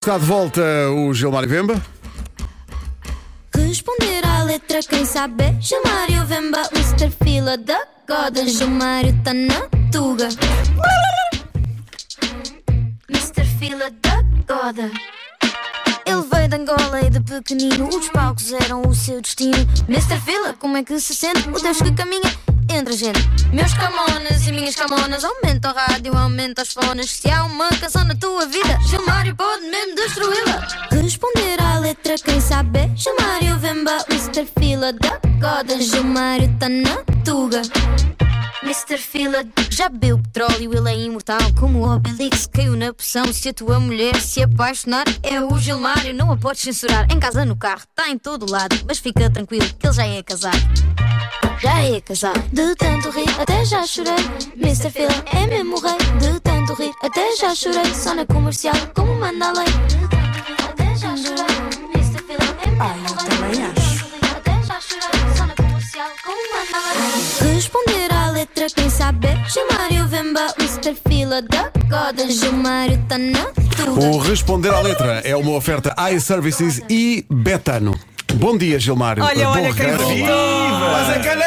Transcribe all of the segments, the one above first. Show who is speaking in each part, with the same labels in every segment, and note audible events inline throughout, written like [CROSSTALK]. Speaker 1: Está de volta o Gilmar Vemba.
Speaker 2: Responder à letra quem sabe Gilmário Vemba, Mr. Fila da Goda Gilmário tá na tuga Mr. Fila da Goda Ele veio de Angola e de pequenino Os palcos eram o seu destino Mr. Fila, como é que se sente? O Deus que caminha entre a gente Meus camonas e minhas camonas Aumenta o rádio, aumenta as fones Se há uma canção na tua vida Gilmário pode mesmo destruí-la Responder à letra quem sabe Gilmário Vemba, Mr. Fila da Goda Gilmário tá na tuga Mr. Fila já bebeu petróleo, ele é imortal. Como o Obelix caiu na poção. Se a tua mulher se apaixonar, é o Gilmário, não a podes censurar. Em casa, no carro, tá em todo lado. Mas fica tranquilo, que ele já é casado. Já é casado. De tanto rir, até já chorei. Mr. Fila é mesmo o rei. De tanto rir, até já chorei. Só na comercial, como manda a lei. De tanto rir, até já chorei. Mr. Fila é mesmo
Speaker 3: Ah, eu
Speaker 2: o rei.
Speaker 3: também acho.
Speaker 2: Responder à letra quem sabe Gilmário Vemba, Mr. Fila da Goda Gilmário tá na tuga
Speaker 1: O Responder à Letra é uma oferta iServices e Betano. Bom dia, Gilmar.
Speaker 3: Olha,
Speaker 1: Bom
Speaker 3: olha quem
Speaker 1: regresso.
Speaker 3: voltou.
Speaker 4: Mas aquele,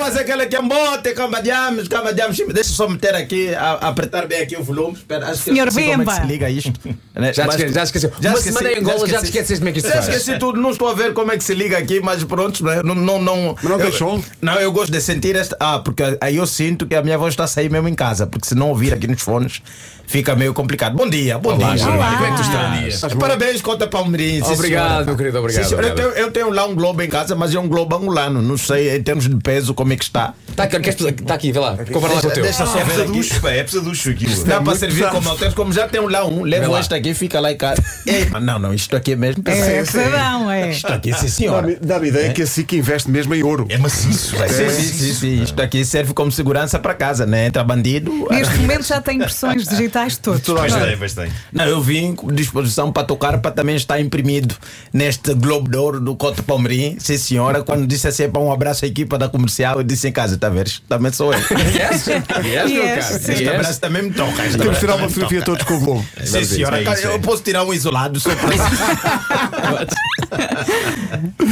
Speaker 4: mas aquele que é bote, camadiamos, camadiamos. Deixa eu só meter aqui, a- apertar bem aqui o volume. Espera, acho que
Speaker 3: Senhor
Speaker 4: eu sei como é que
Speaker 3: Bemba.
Speaker 4: se liga isto. né?
Speaker 5: Já te
Speaker 4: Mas-
Speaker 5: esqueci, já te esqueci.
Speaker 4: já
Speaker 5: Uma
Speaker 4: esqueci,
Speaker 5: semana em Angola, já te
Speaker 4: esqueci.
Speaker 5: esqueci como é que isto
Speaker 4: Já
Speaker 5: se faz.
Speaker 4: esqueci tudo, não estou a ver como é que se liga aqui, mas pronto, né? não, não, não.
Speaker 1: Mas não
Speaker 4: eu-
Speaker 1: deixou?
Speaker 4: Não, eu gosto de sentir esta. Ah, porque aí eu sinto que a minha voz está a sair mesmo em casa, porque se não ouvir aqui nos fones fica meio complicado. Bom dia, bom dia.
Speaker 5: Como é que tu estás?
Speaker 4: Estás bom? Parabéns, conta Palmeirense. sim,
Speaker 5: Obrigado,
Speaker 4: senhora.
Speaker 5: meu querido, obrigado,
Speaker 4: Sim, senhora, eu,
Speaker 5: obrigado.
Speaker 4: tenho, eu tenho lá um globo em casa, mas é um globo angolano. Não sei em termos de peso como é que está. Ah,
Speaker 5: Está aqui, queres- tá aqui, vê lá. Compara lá com
Speaker 4: Deixa,
Speaker 5: o
Speaker 4: [LAUGHS]
Speaker 5: teu.
Speaker 4: deixa só
Speaker 6: É
Speaker 4: ver aqui.
Speaker 6: pesaducho, pá, é pesaducho aquilo.
Speaker 4: Dá para servir como alterno, como já tenho lá um,
Speaker 5: Vê
Speaker 4: levo
Speaker 5: lá.
Speaker 4: este aqui, fica lá em [LAUGHS] casa. Ei, mas não, não, isto aqui é mesmo pesado.
Speaker 3: É pesadão, é.
Speaker 4: Isto aqui, sim senhora.
Speaker 1: Dá-me dá-me ideia que a SIC investe mesmo em ouro.
Speaker 6: É maciço, vai
Speaker 4: Sim,
Speaker 6: ser
Speaker 4: sim, sim,
Speaker 6: maciço.
Speaker 4: sim. Isto aqui serve como segurança para casa, né? Entra bandido.
Speaker 1: é
Speaker 3: Neste momento já tem impressões digitais de todos.
Speaker 6: Pois
Speaker 3: Pronto.
Speaker 6: tem, pois tem.
Speaker 4: Não, eu vim com disposição para tocar, para também estar imprimido neste Globo de Ouro do Coto Palmeirim. Sim, senhora, quando disse assim, para um abraço à equipa da comercial, eu disse em casa, tá vendo? Também sou [LAUGHS] eu.
Speaker 5: Yes? Yes, meu
Speaker 3: Yes,
Speaker 5: caro.
Speaker 3: sim.
Speaker 4: Este
Speaker 5: Yes.
Speaker 4: abraço também me toca.
Speaker 1: Temos
Speaker 4: este
Speaker 1: de
Speaker 4: abraço
Speaker 1: tirar
Speaker 4: também
Speaker 1: uma
Speaker 4: me
Speaker 1: fotografia
Speaker 4: toca.
Speaker 1: todos com o Globo.
Speaker 4: Sim, senhora,
Speaker 6: É isso,
Speaker 4: cara,
Speaker 6: é
Speaker 4: eu
Speaker 6: isso.
Speaker 4: posso tirar um isolado só para [LAUGHS]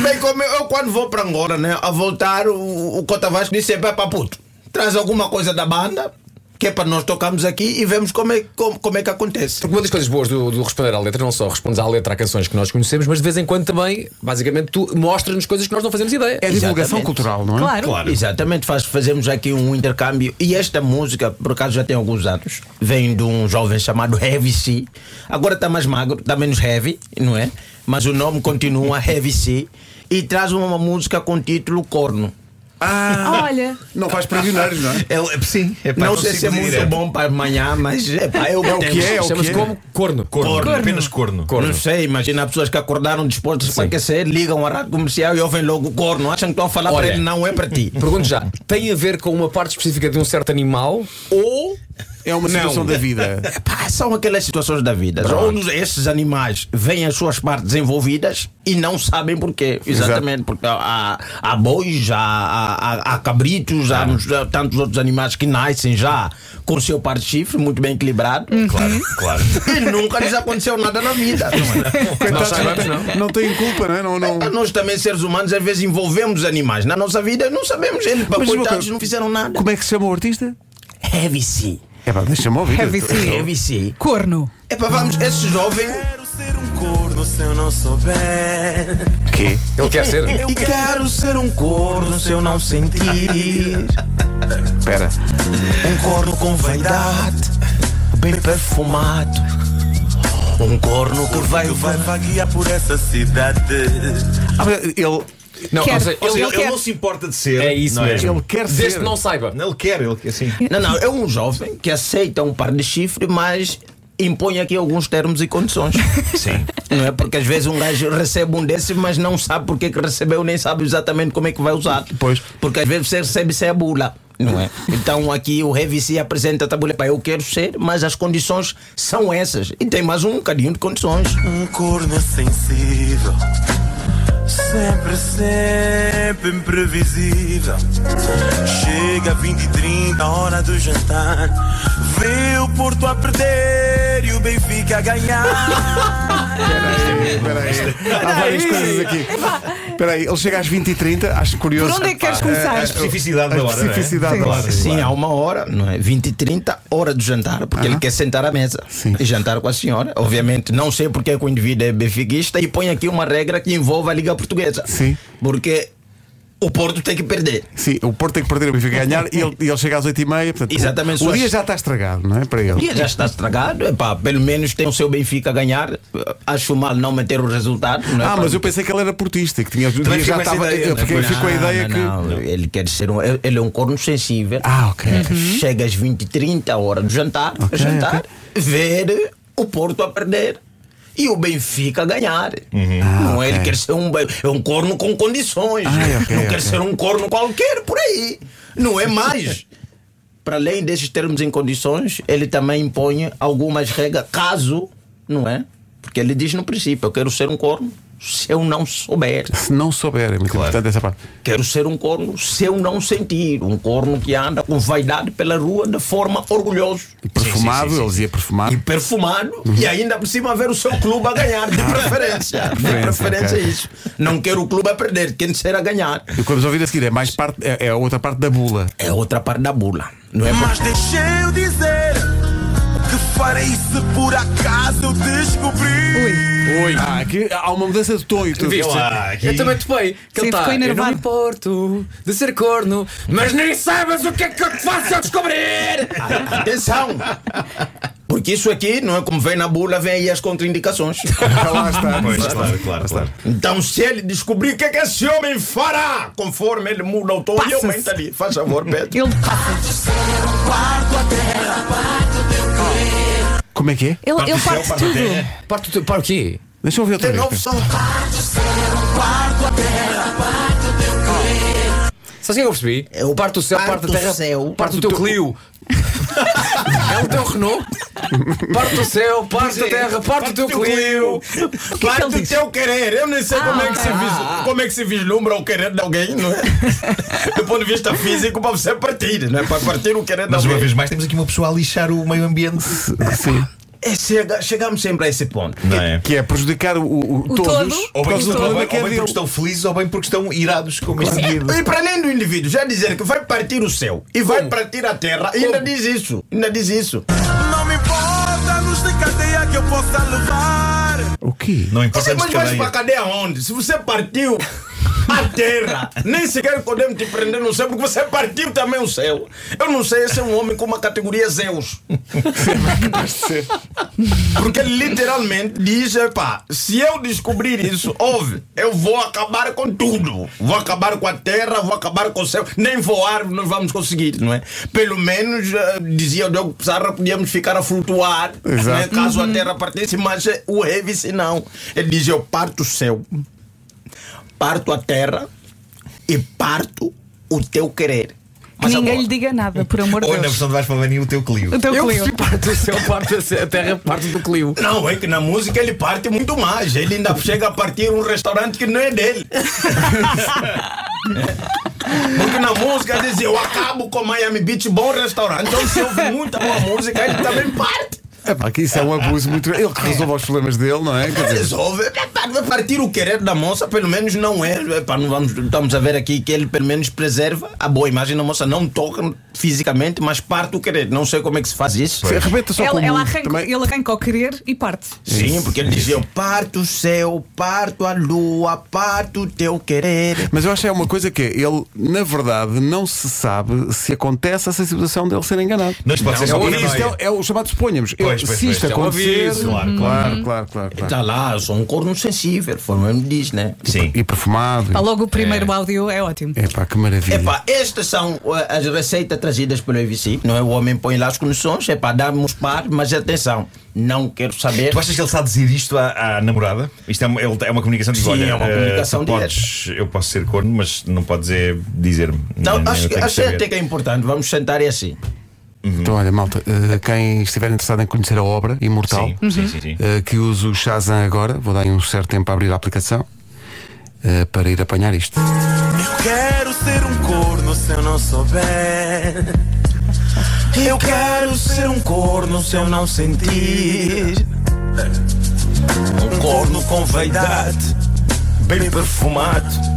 Speaker 4: Bem, como eu, eu quando vou para Angola, né, a voltar, o, o Cota Vasco disse sempre: para puto, traz alguma coisa da banda, que é para nós tocarmos aqui e vemos como é, como, como é que acontece.
Speaker 5: Porque uma das coisas boas do, do responder à letra, não só respondes à letra a canções que nós conhecemos, mas de vez em quando também, basicamente, tu mostra-nos coisas que nós não fazemos ideia.
Speaker 1: É divulgação
Speaker 4: Exatamente.
Speaker 1: cultural, não é?
Speaker 3: Claro.
Speaker 4: Exatamente, faz, fazemos aqui um intercâmbio. E esta música, por acaso, já tem alguns anos. Vem de um jovem chamado Heavy C. Agora está mais magro, está menos heavy, não é? Mas o nome continua Heavy C. E traz uma música com título Corno.
Speaker 3: Olha,
Speaker 1: Ah, Não faz prisioneiros, não é?
Speaker 6: É, é, sim, é pá,
Speaker 4: não sei se é
Speaker 6: consigo
Speaker 4: muito
Speaker 6: direto.
Speaker 4: bom para amanhã, mas é, pá, eu
Speaker 1: É o que é, é o que
Speaker 5: Chama-se
Speaker 1: é.
Speaker 5: como corno.
Speaker 6: Corno, apenas corno.
Speaker 4: Não sei, imagina pessoas que acordaram dispostas para aquecer, ligam a rádio comercial e ouvem logo o corno. Acham que estão a falar
Speaker 5: Olha.
Speaker 4: para ele, não é para
Speaker 5: [LAUGHS]
Speaker 4: ti.
Speaker 5: Pergunto já, tem a ver com uma parte específica de um certo animal ou
Speaker 1: É uma situação da
Speaker 4: [LAUGHS]
Speaker 1: vida.
Speaker 4: Pá, são aquelas situações da vida. Onde esses animais veem as suas partes envolvidas e não sabem porquê. Exatamente, porque há, há bois, há, há, há- há cabritos, há, uns- há tantos outros animais que nascem já com o seu par de chifre muito bem equilibrado.
Speaker 6: Claro, claro.
Speaker 4: E nunca lhes aconteceu nada na vida. é?
Speaker 1: Coitados,
Speaker 5: saibamos,
Speaker 1: não, tem- não têm culpa, não é? Não, não...
Speaker 4: Ah, Nós também, seres humanos, às vezes envolvemos animais na nossa vida e não sabemos. Eles, pá,
Speaker 1: Mas uma
Speaker 4: coitados,
Speaker 1: coisa-
Speaker 4: não fizeram nada.
Speaker 1: Como é que se chama o artista?
Speaker 4: Heavy C.
Speaker 1: É pá, deixa-me ouvir.
Speaker 3: Heavy C.
Speaker 4: Heavy C.
Speaker 3: corno.
Speaker 4: É pá, vamos, esse jovem.
Speaker 7: Quero ser um corno se eu não souber.
Speaker 1: Quê?
Speaker 5: ele quer ser?
Speaker 7: E quero ser um corno se eu não sentir.
Speaker 1: Espera.
Speaker 7: Um corno com vaidade, bem perfumado. Um corno que vai, vai vaguear por essa cidade.
Speaker 1: Ah, mas ele,
Speaker 5: Não,
Speaker 3: Quer.
Speaker 5: ou seja,
Speaker 6: Ou
Speaker 5: ele,
Speaker 6: seja,
Speaker 3: quer-
Speaker 6: ele não se importa de ser.
Speaker 5: é isso
Speaker 6: não
Speaker 5: mesmo.
Speaker 1: ele quer
Speaker 5: Desde
Speaker 1: ser.
Speaker 5: que não saiba.
Speaker 6: Não, Ele quer, ele quer assim.
Speaker 4: Não, não, é um jovem que aceita um par de chifre, mas impõe aqui alguns termos e condições.
Speaker 6: Sim.
Speaker 4: Não é? Porque às vezes um gajo recebe um desses, mas não sabe porque é que recebeu, nem sabe exatamente como é que vai usar.
Speaker 1: Pois.
Speaker 4: Porque às vezes você recebe sem a bula. Não é? Então aqui o Revici apresenta a tabula para eu quero ser, mas as condições são essas. E tem mais um bocadinho de condições.
Speaker 7: Um corno sensível. Sempre, sempre imprevisível. Chega 20 e 30, hora do jantar. Vê o Porto a perder. perder e o Benfica ganhar.
Speaker 1: Espera aí. Há várias coisas aqui. Espera aí, ele chega às 20h30, acho
Speaker 3: Por
Speaker 1: curioso.
Speaker 3: onde é que queres começar?
Speaker 6: A especificidade
Speaker 1: A
Speaker 6: da hora. não é?
Speaker 1: especificidade da hora.
Speaker 6: Sim,
Speaker 4: Sim, há uma hora, não é? 20 e 30, hora do jantar, porque ele quer sentar à mesa
Speaker 1: Sim.
Speaker 4: e jantar com a senhora. Obviamente, não sei porque que o indivíduo é benfiquista e põe aqui uma regra que envolve a Liga Portuguesa.
Speaker 1: Sim.
Speaker 4: Porque o Porto tem que perder.
Speaker 1: eh, Sim, o Porto tem que perder o Benfica ganhar e ele, e ele chega às 8h30. Portanto,
Speaker 4: Exatamente,
Speaker 1: O,
Speaker 4: só
Speaker 1: dia
Speaker 4: acho-
Speaker 1: já está estragado, não é? Para ele.
Speaker 4: E já está estragado, epá, pelo menos tem o seu Benfica a ganhar. Acho mal não meter o resultado. Não é?
Speaker 1: Ah, mas
Speaker 4: Pá,
Speaker 1: eu pensei que ele era portista, que tinha o dia
Speaker 6: fiquei
Speaker 1: já
Speaker 6: com essa
Speaker 1: estava.
Speaker 6: ideia, não é?
Speaker 1: Porque ficou a
Speaker 4: né? não,
Speaker 1: ideia
Speaker 4: não,
Speaker 1: que.
Speaker 4: não, Hum. ele quer ser um. Ele é um corno sensível.
Speaker 1: Ah, ok.
Speaker 4: Chega às 20 30 a hora do jantar,
Speaker 1: Ok,
Speaker 4: jantar
Speaker 1: ok.
Speaker 4: ver o Porto a perder. E o Benfica a ganhar. não é?
Speaker 1: Uhum. Ah, ok.
Speaker 4: Ele quer ser um, be- é um corno com condições.
Speaker 1: Ah, ok,
Speaker 4: não quer
Speaker 1: ok.
Speaker 4: ser um corno qualquer por aí. Não é mais. Para além desses termos em condições, ele também impõe algumas regras, caso, não é? Porque ele diz no princípio: eu quero ser um corno se eu não souber.
Speaker 1: Se não souber, é muito importante essa parte.
Speaker 4: Quero ser um corno se eu não sentir. Um corno que anda com vaidade pela rua de forma orgulhosa.
Speaker 1: Perfumado, ele dizia
Speaker 4: E
Speaker 1: perfumado.
Speaker 4: perfumado, e ainda por cima ver o seu clube a ganhar, de preferência. De
Speaker 1: preferência,
Speaker 4: preferência, é
Speaker 1: ok.
Speaker 4: isso. Não quero o clube a perder, quem ser a ganhar.
Speaker 1: E o que vamos ouvir a seguir é, mais parte, é, é a outra parte da bula.
Speaker 4: É outra parte da bula. Não é
Speaker 7: Mas deixei eu dizer que farei se por acaso eu descobrir.
Speaker 5: Oi.
Speaker 1: Ah, aqui há uma mudança de tom e tudo.
Speaker 5: Viste?
Speaker 6: lá, aqui-
Speaker 5: Eu também te peguei. Que
Speaker 3: Sim,
Speaker 5: ele tá,
Speaker 3: ficou
Speaker 5: eu não
Speaker 3: enervado."
Speaker 5: me importo de ser corno, mas nem sabes o que é que eu te faço eu descobrir!
Speaker 4: Atenção! Porque isso aqui, não é como vem na bula, vem aí as contraindicações.
Speaker 1: Lá
Speaker 4: um
Speaker 1: está.
Speaker 6: Pois, claro, claro, claro.
Speaker 4: Então, se ele descobrir o que, é que esse homem fará, conforme ele muda o tom, ele
Speaker 3: Passa-se.
Speaker 4: aumenta ali. Faz favor, Pedro.
Speaker 3: Ele passa.
Speaker 1: Como é que é?
Speaker 3: Ele, ele parte
Speaker 6: parte
Speaker 3: tudo.
Speaker 5: Para, tu, para o quê?
Speaker 1: Deixa eu ouvir outra
Speaker 4: De
Speaker 1: vez.
Speaker 4: novo, só.
Speaker 5: Sabes o que é que eu percebi?
Speaker 4: É o
Speaker 5: parte do céu,
Speaker 4: parte
Speaker 5: parte da
Speaker 4: do
Speaker 5: terra,
Speaker 4: céu,
Speaker 5: parte do teu Clio. [LAUGHS] é o teu Renault. Parte do céu, parte da terra, parte do teu Clio.
Speaker 4: Parte
Speaker 3: ele
Speaker 4: do
Speaker 3: diz?
Speaker 4: teu querer. Eu nem sei como, é que se vis- como é que se vislumbra o querer de alguém, não é? [LAUGHS] Do ponto de vista físico, para você partir, não é? Para partir o querer de
Speaker 6: Mas uma
Speaker 4: alguém.
Speaker 6: vez mais temos aqui uma pessoa a lixar o meio ambiente.
Speaker 1: Sim.
Speaker 4: É, chega- chegamos sempre a esse ponto.
Speaker 6: Não é?
Speaker 1: Que é prejudicar o, o, o todos
Speaker 3: todo?
Speaker 6: Ou
Speaker 1: por
Speaker 6: bem,
Speaker 1: causa do
Speaker 6: ou
Speaker 1: problema
Speaker 6: bem-
Speaker 1: que é
Speaker 6: ou bem porque
Speaker 1: dele.
Speaker 6: estão felizes ou bem porque é estão irados com este indivíduo.
Speaker 4: E para além do indivíduo, já dizer que vai partir o céu e vai partir a terra, ainda diz isso, ainda diz isso.
Speaker 7: Não me importa a luz de cadeia que eu possa levar.
Speaker 1: O quê?
Speaker 6: Não
Speaker 4: Você
Speaker 6: importa
Speaker 4: mas vai
Speaker 6: de
Speaker 4: para a
Speaker 6: cadeia.
Speaker 4: cadeia onde? Se você partiu a terra, nem sequer podemos te prender no céu, porque você partiu também o céu. Eu não sei, esse é um homem com uma categoria Zeus. Porque ele literalmente diz, pá, se eu descobrir isso, ouve, eu vou acabar com tudo. Vou acabar com a terra, vou acabar com o céu. Nem voar nós vamos conseguir, não é? Pelo menos, eh, dizia o Diogo Pizarro, podíamos ficar a flutuar,
Speaker 1: Exato.
Speaker 4: né? caso
Speaker 3: Uhum.
Speaker 4: a terra partisse, mas eh, o Revis não. Ele diz, eu parto o céu, parto a terra e parto o teu querer.
Speaker 3: Que ninguém lhe diga nada, por amor de
Speaker 6: Ou na
Speaker 3: Deus.
Speaker 6: versão de Vais para o Benin, o teu Clio.
Speaker 3: O
Speaker 4: Então-
Speaker 3: teu
Speaker 5: Eu
Speaker 3: Clio.
Speaker 5: percebi [LAUGHS] parte do céu, parte da ce- terra, parte do Clio.
Speaker 4: Não, é que na música ele parte muito mais.
Speaker 1: [LAUGHS]
Speaker 4: Ele ainda chega a partir um restaurante que não é dele. Porque na música diz eu acabo com Miami Beach, bom restaurante. Então se ouve muita boa música, ele também parte.
Speaker 1: É pá, que isso é um abuso muito. Ele que resolve os problemas dele, não é? Quer dizer,
Speaker 4: Resolve. Vai partir o querer da moça, pelo menos não é. Epá, não vamos, estamos a ver aqui que ele pelo menos preserva a boa imagem da moça. Não toca fisicamente, mas parte o querer. Não sei como é que se faz isso.
Speaker 1: se arrebenta só com o
Speaker 3: Ele, ela
Speaker 1: mundo
Speaker 3: arranca,
Speaker 1: também.
Speaker 3: ele arranca o querer e parte.
Speaker 4: Sim, porque ele dizia: eu parto o céu, parto a lua, parto o teu querer.
Speaker 1: Mas eu acho que é uma coisa que é, ele, na verdade, não se sabe se acontece essa situação dele ser enganado.
Speaker 6: Mas pode ser
Speaker 1: É
Speaker 6: só
Speaker 1: o,
Speaker 6: paranoia.
Speaker 1: isto
Speaker 4: um-
Speaker 1: é, é o chamado suponhamos. Eu-
Speaker 6: Pois, pois,
Speaker 1: se
Speaker 6: pois,
Speaker 1: isto
Speaker 6: é um
Speaker 1: acontecer.
Speaker 6: aviso, claro,
Speaker 1: claro, claro, claro, claro.
Speaker 4: Tá lá, eu sou um corno sensível, foi o mesmo diz, né?
Speaker 6: Sim.
Speaker 1: E perfumado.
Speaker 3: Pá, Logo o primeiro áudio é ótimo.
Speaker 1: É pá, que maravilha.
Speaker 4: Epá, estas são uh, as receitas trazidas pelo EVC, não é? O homem põe lá as condições, é para darmos par, mas atenção, não quero saber.
Speaker 6: Tu achas que ele está a dizer isto à, à namorada? Isto é, uma- ele- é uma comunicação de
Speaker 4: Sim,
Speaker 6: olha,
Speaker 4: é uma
Speaker 6: eh,
Speaker 4: comunicação
Speaker 6: tu podes, Eu posso ser corno, mas não podes é dizer-me.
Speaker 4: Não,
Speaker 6: Nem- nem
Speaker 4: Então, acho,
Speaker 6: eu
Speaker 4: que-
Speaker 6: tenho
Speaker 4: acho que até
Speaker 6: saber.
Speaker 4: que é importante, vamos sentar e assim.
Speaker 1: Então, olha, malta, eh, quem estiver interessado em conhecer a obra Imortal,
Speaker 6: Sim, sim, sim, sim.
Speaker 1: eh, que uso o Shazam agora, vou dar um certo tempo para abrir a aplicação eh, para ir apanhar isto.
Speaker 7: Eu quero ser um corno se eu não souber. Eu quero ser um corno se eu não sentir. Um corno com vaidade, bem perfumado.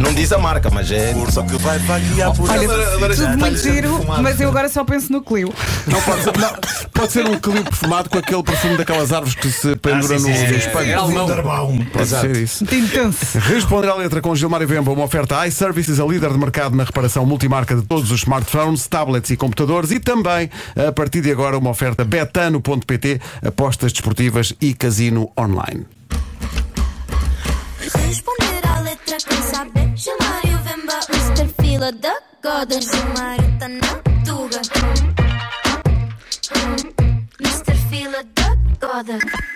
Speaker 4: Não diz a marca, mas é.
Speaker 7: Curso que vai vaguear por
Speaker 3: Olha,
Speaker 7: essa
Speaker 3: tudo muito giro, mas eu agora só penso no Clio.
Speaker 1: Não pode ser, não, pode ser um clipe perfumado com aquele perfume daquelas árvores que se pendura
Speaker 6: Ah, sim,
Speaker 1: no
Speaker 6: sim,
Speaker 1: no
Speaker 6: sim,
Speaker 1: espelho.
Speaker 5: é alemão.
Speaker 6: um,
Speaker 1: Pode
Speaker 5: Exato.
Speaker 1: ser isso.
Speaker 3: Muito intenso.
Speaker 1: Responder à letra com Gilmar e Vemba, uma oferta a iServices, a líder de mercado na reparação multimarca de todos os smartphones, tablets e computadores e também, a partir de agora, uma oferta betano.pt, apostas desportivas e casino online.
Speaker 2: Responder à letra quem sabe Chamar e o Vemba Mr. Fila da Goda Chamar está na Tuga Mr. Fila da Goda